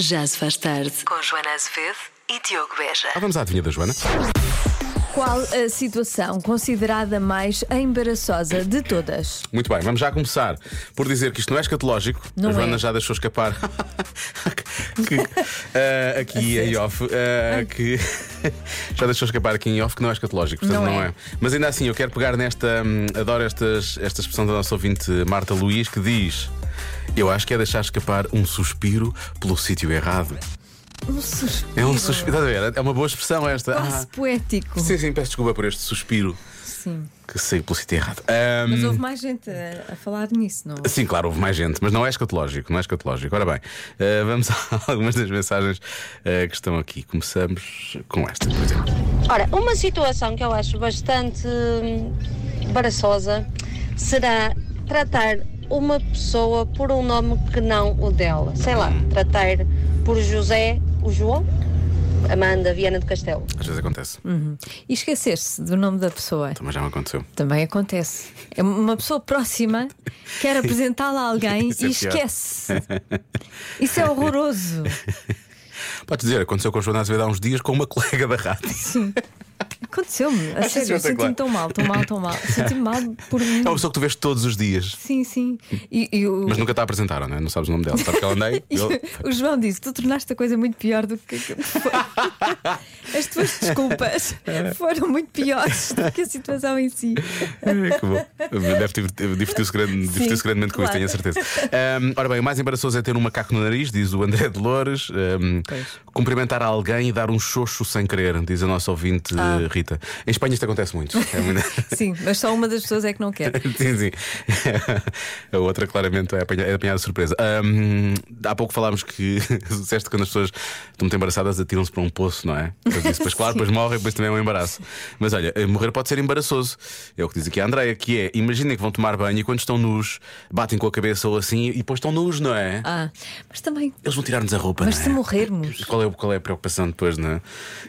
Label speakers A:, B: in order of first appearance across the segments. A: Já se faz tarde.
B: Com Joana Azevedo e Diogo
C: Ah,
B: Beja.
C: vamos à adivinha da Joana.
D: Qual a situação considerada mais embaraçosa de todas?
C: Muito bem, vamos já começar por dizer que isto não é escatológico.
D: Não
C: a Joana
D: é.
C: já deixou escapar que, eh, aqui em off. eh, que já deixou escapar aqui em off que não é escatológico, portanto não,
D: Não
C: é.
D: é.
C: Mas ainda assim, eu quero pegar nesta. hum, adoro estas, esta expressão da nossa ouvinte Marta Luís que diz: Eu acho que é deixar escapar um suspiro pelo sítio errado.
D: Um suspiro.
C: É um suspiro. Estás a ver? É uma boa expressão esta.
D: Quase
C: Ah.
D: poético.
C: Sim, sim, peço desculpa por este suspiro
D: Sim.
C: que saiu pelo sítio errado. Hum, Ahm,
D: Mas houve mais gente a, a falar nisso, não?
C: Sim, claro, houve mais gente, mas não é escatológico, não é escatológico. Ora bem, eh, vamos a algumas das mensagens eh, que estão aqui. Começamos com esta, por exemplo.
E: Ora, uma situação que eu acho bastante hum, embaraçosa será tratar uma pessoa por um nome que não o dela. Sei lá, tratar por José o João, Amanda Viana do Castelo.
C: Às vezes acontece.
D: Hum. Uhum. E esquecer-se do nome da pessoa
C: Também já me aconteceu.
D: também acontece. É uma pessoa próxima quer apresentá-la a alguém
C: Isso é
D: e
C: pior.
D: esquece. Isso é horroroso.
C: Podes dizer, aconteceu com a Joana Azevedo há uns dias com uma colega da rádio.
D: Aconteceu-me. A
C: Acho
D: sério, eu
C: espetacular.
D: senti-me tão mal, tão mal, tão mal. Senti-me mal por mim.
C: É uma pessoa que tu vês todos os dias,
D: Sim, sim. E, e o...
C: mas nunca te apresentaram, não é? Não sabes o nome dela. Sabe que ela andei?
D: E
C: Eu-
D: o João disse: Tu tornaste a coisa muito pior do que que foi. As tuas desculpas
C: É.
D: foram muito piores do que a situação em si.
C: Ai, É que bom. Deve divertir- divertiu-se grande, divertiu-se grandemente com
D: claro.
C: isto, tenho a certeza. Ahm, ora bem, o mais embaraçoso é ter um macaco no nariz, diz o André de Loures. Ahm, cumprimentar alguém e dar um xoxo sem querer, diz a nossa ouvinte eh, Rita. Em Espanha isto acontece muito. É muito...
D: Sim, mas só uma das pessoas é que não quer.
C: Sim, sim. A outra claramente é apanha- é apanhada de surpresa. Ahm, há pouco falámos que disseste que quando as pessoas estão muito embaraçadas atiram-se para um poço, não é? Depois, disso, depois claro, depois morrem, depois também é um embaraço. Mas olha, eh, morrer pode ser embaraçoso. É o que diz aqui a Andreia, que é: imaginem que vão tomar banho e quando estão nus, batem com a cabeça ou assim e depois estão nus, não é?
D: Ah, mas também,
C: Eles vão tirar-nos a roupa.
D: mas
C: não é?
D: se morrermos,
C: Qual é, o- qual é a preocupação depois, não é?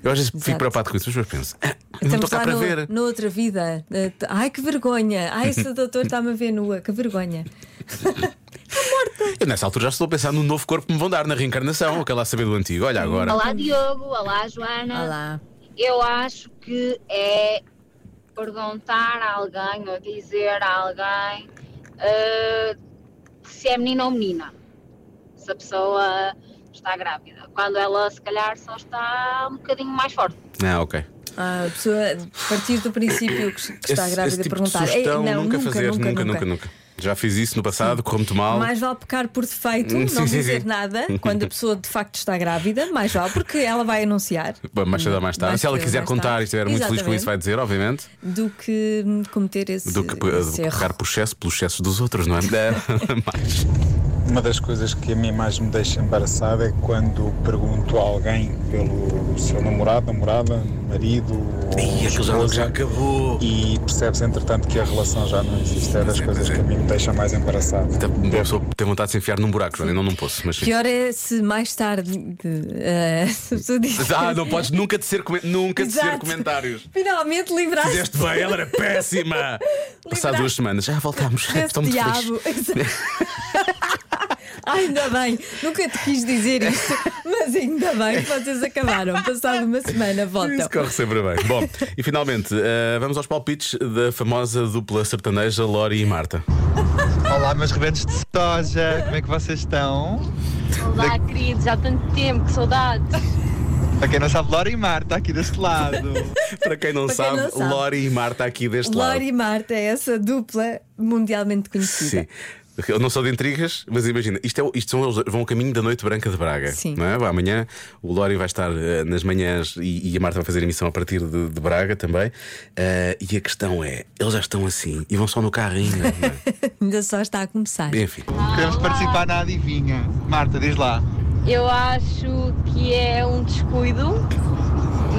C: Eu às vezes fico
D: Exato.
C: preocupado com isso, mas depois penso: ah, não estou
D: estamos
C: cá
D: lá
C: para
D: no-
C: ver.
D: noutra vida. Eh, t- Ai que vergonha! Ai, esse doutor está-me a ver nua, que vergonha.
C: Eu nessa altura já estou a pensar no novo corpo que me vão dar na reencarnação, ou quer lá saber do antigo. Olha agora.
F: Olá Diogo, olá Joana.
D: Olá.
F: Eu acho que é perguntar a alguém ou dizer a alguém eh, se é menino ou menina, se a pessoa está grávida, quando ela se calhar só está um bocadinho mais forte.
C: Ah, ok.
D: Ah, a pessoa, a partir do princípio que que está
C: Esse-
D: grávida,
C: esse tipo
D: perguntar:
C: De
D: "Ei,
C: sugestão,
D: não,
C: nunca, fazer, nunca nunca, nunca, Já fiz isso no passado, correu muito mal.
D: Mais vale pecar por defeito,
C: Hum,
D: não
C: sim, sim,
D: dizer
C: sim.
D: nada, quando a pessoa de facto está grávida, mais vale, porque ela vai anunciar
C: Bom, Mais cedo ou mais tarde.
D: Mais
C: Se ela
D: cedo ou
C: quiser
D: mais
C: contar
D: tarde.
C: e estiver muito feliz com
D: Exatamente.
C: isso, vai dizer, obviamente,
D: do que hum, cometer esse,
C: do que
D: esse erro.
C: pegar por excesso, pelos excessos dos outros, não é? mais.
G: Uma das coisas que a mim mais me deixa embaraçada é quando pergunto a alguém pelo seu namorado, namorada, marido ou esposa,
C: acabou.
G: e percebes entretanto que a relação já não existe. É Então, das coisas que a mim me deixa mais embaraçada.
C: é Uma pessoa tem vontade de se enfiar num buraco, Joana, e não num poço. Mas sim.
D: Pior é se mais tarde eh, se a pessoa diz.
C: Ah, não podes nunca tecer, comen- nunca tecer
D: Exato.
C: comentários.
D: Finalmente livraste
C: Fizeste bem, ela era péssima. Passado
D: Livrar-
C: duas semanas, já voltámos.
D: desse
C: Estou muito feliz.
D: diabo. Ai, ainda bem, nunca te quis dizer isto, mas ainda bem que vocês acabaram. Passado uma semana, voltam.
C: Isso corre sempre bem. Bom, e finalmente, eh, vamos aos palpites da famosa dupla sertaneja Lori e Marta.
H: Olá, meus rebentos de soja, como é que vocês estão?
E: Olá, queridos, há tanto tempo, que saudades.
H: Para quem não sabe, Laura e Marta aqui deste lado.
C: Para quem não,
D: Para quem
C: sabe,
D: não sabe.
C: Lori e Marta aqui deste
D: Lori
C: lado.
D: e Marta é essa dupla mundialmente conhecida.
C: Sim. Eu não sou de intrigas, mas imagina, isto, é, o- isto são, eles vão a caminho da Noite Branca de Braga.
D: Sim.
C: Não é? Bom, Amanhã o Lori vai estar eh, nas manhãs e, e a Marta vai fazer emissão a partir de, de Braga também. Eh, e a questão é, eles já estão assim e vão só no carro ainda. não
D: Ainda só está a começar.
C: é? Enfim,
H: Queremos participar na adivinha. Marta, diz lá.
E: Eu acho que é um descuido,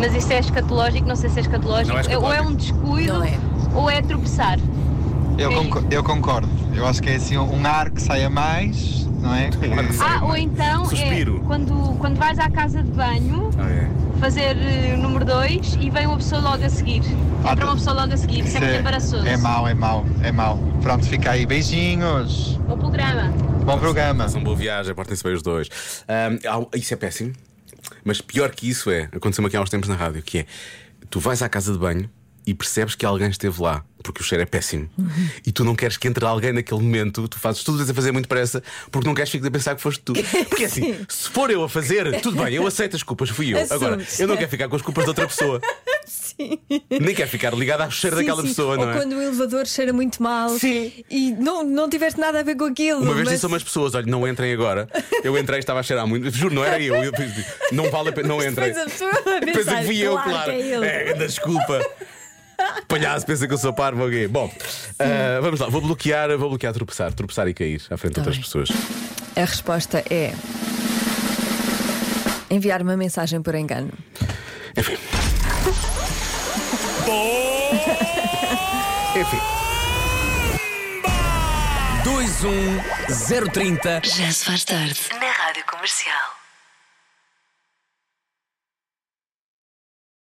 E: mas isso é escatológico, não sei se é escatológico.
C: Não é escatológico.
E: Ou é um descuido,
D: Não é.
E: ou é tropeçar.
H: Eu,
E: Sim.
H: concor- eu concordo. Eu acho que é assim um ar que sai a mais, não é? Que-
E: Ah, ou então
C: Suspiro.
E: é quando, quando vais à casa de banho fazer eh, o número 2 e vem uma pessoa logo a seguir.
H: Ah,
E: Entra
H: tá.
E: uma pessoa logo a seguir, isso é muito embaraçoso.
H: é mau, é mau, é mau. Pronto, fica aí. Beijinhos.
E: O programa.
H: Bom programa.
C: Façam boa viagem, portem-se bem os dois. Ahm, há- isso é péssimo, mas pior que isso é, aconteceu-me aqui há uns tempos na rádio, que é tu vais à casa de banho e percebes que alguém esteve lá, porque o cheiro é péssimo, e tu não queres que entre alguém naquele momento, tu fazes tudo isso a fazer muito pressa, porque não queres ficar a pensar que foste tu. Porque assim, se for eu a fazer, tudo bem, eu aceito as culpas, fui eu. Agora,
D: Assumes.
C: eu não quero ficar com as culpas de outra pessoa. Nem quero ficar ligado ao cheiro
D: Sim,
C: daquela
D: sim.
C: pessoa,
D: Ou
C: não é?
D: quando o elevador cheira muito mal
C: Sim.
D: e não, não tiveste nada a ver com aquilo.
C: Uma vez
D: mas...
C: disse a umas pessoas: olha, não entrem agora. Eu entrei e estava a cheirar muito. Juro, não era eu. eu fiz- não vale a pena, não
D: Mas
C: entrem.
D: depois a pessoa a
C: Pensa
D: pensar,
C: que fui eu,
D: claro
C: claro.
D: que é ele.
C: grande desculpa. Palhaço, pensa que eu sou parvo ou quê? Bom, ah, vamos lá, vou bloquear, vou bloquear tropeçar, tropeçar e cair à frente de outras
D: Tá bem.
C: pessoas.
D: A resposta é. Enviar uma mensagem por engano.
C: Enfim. Enfim.
A: 21030
B: Já se faz tarde na Rádio Comercial.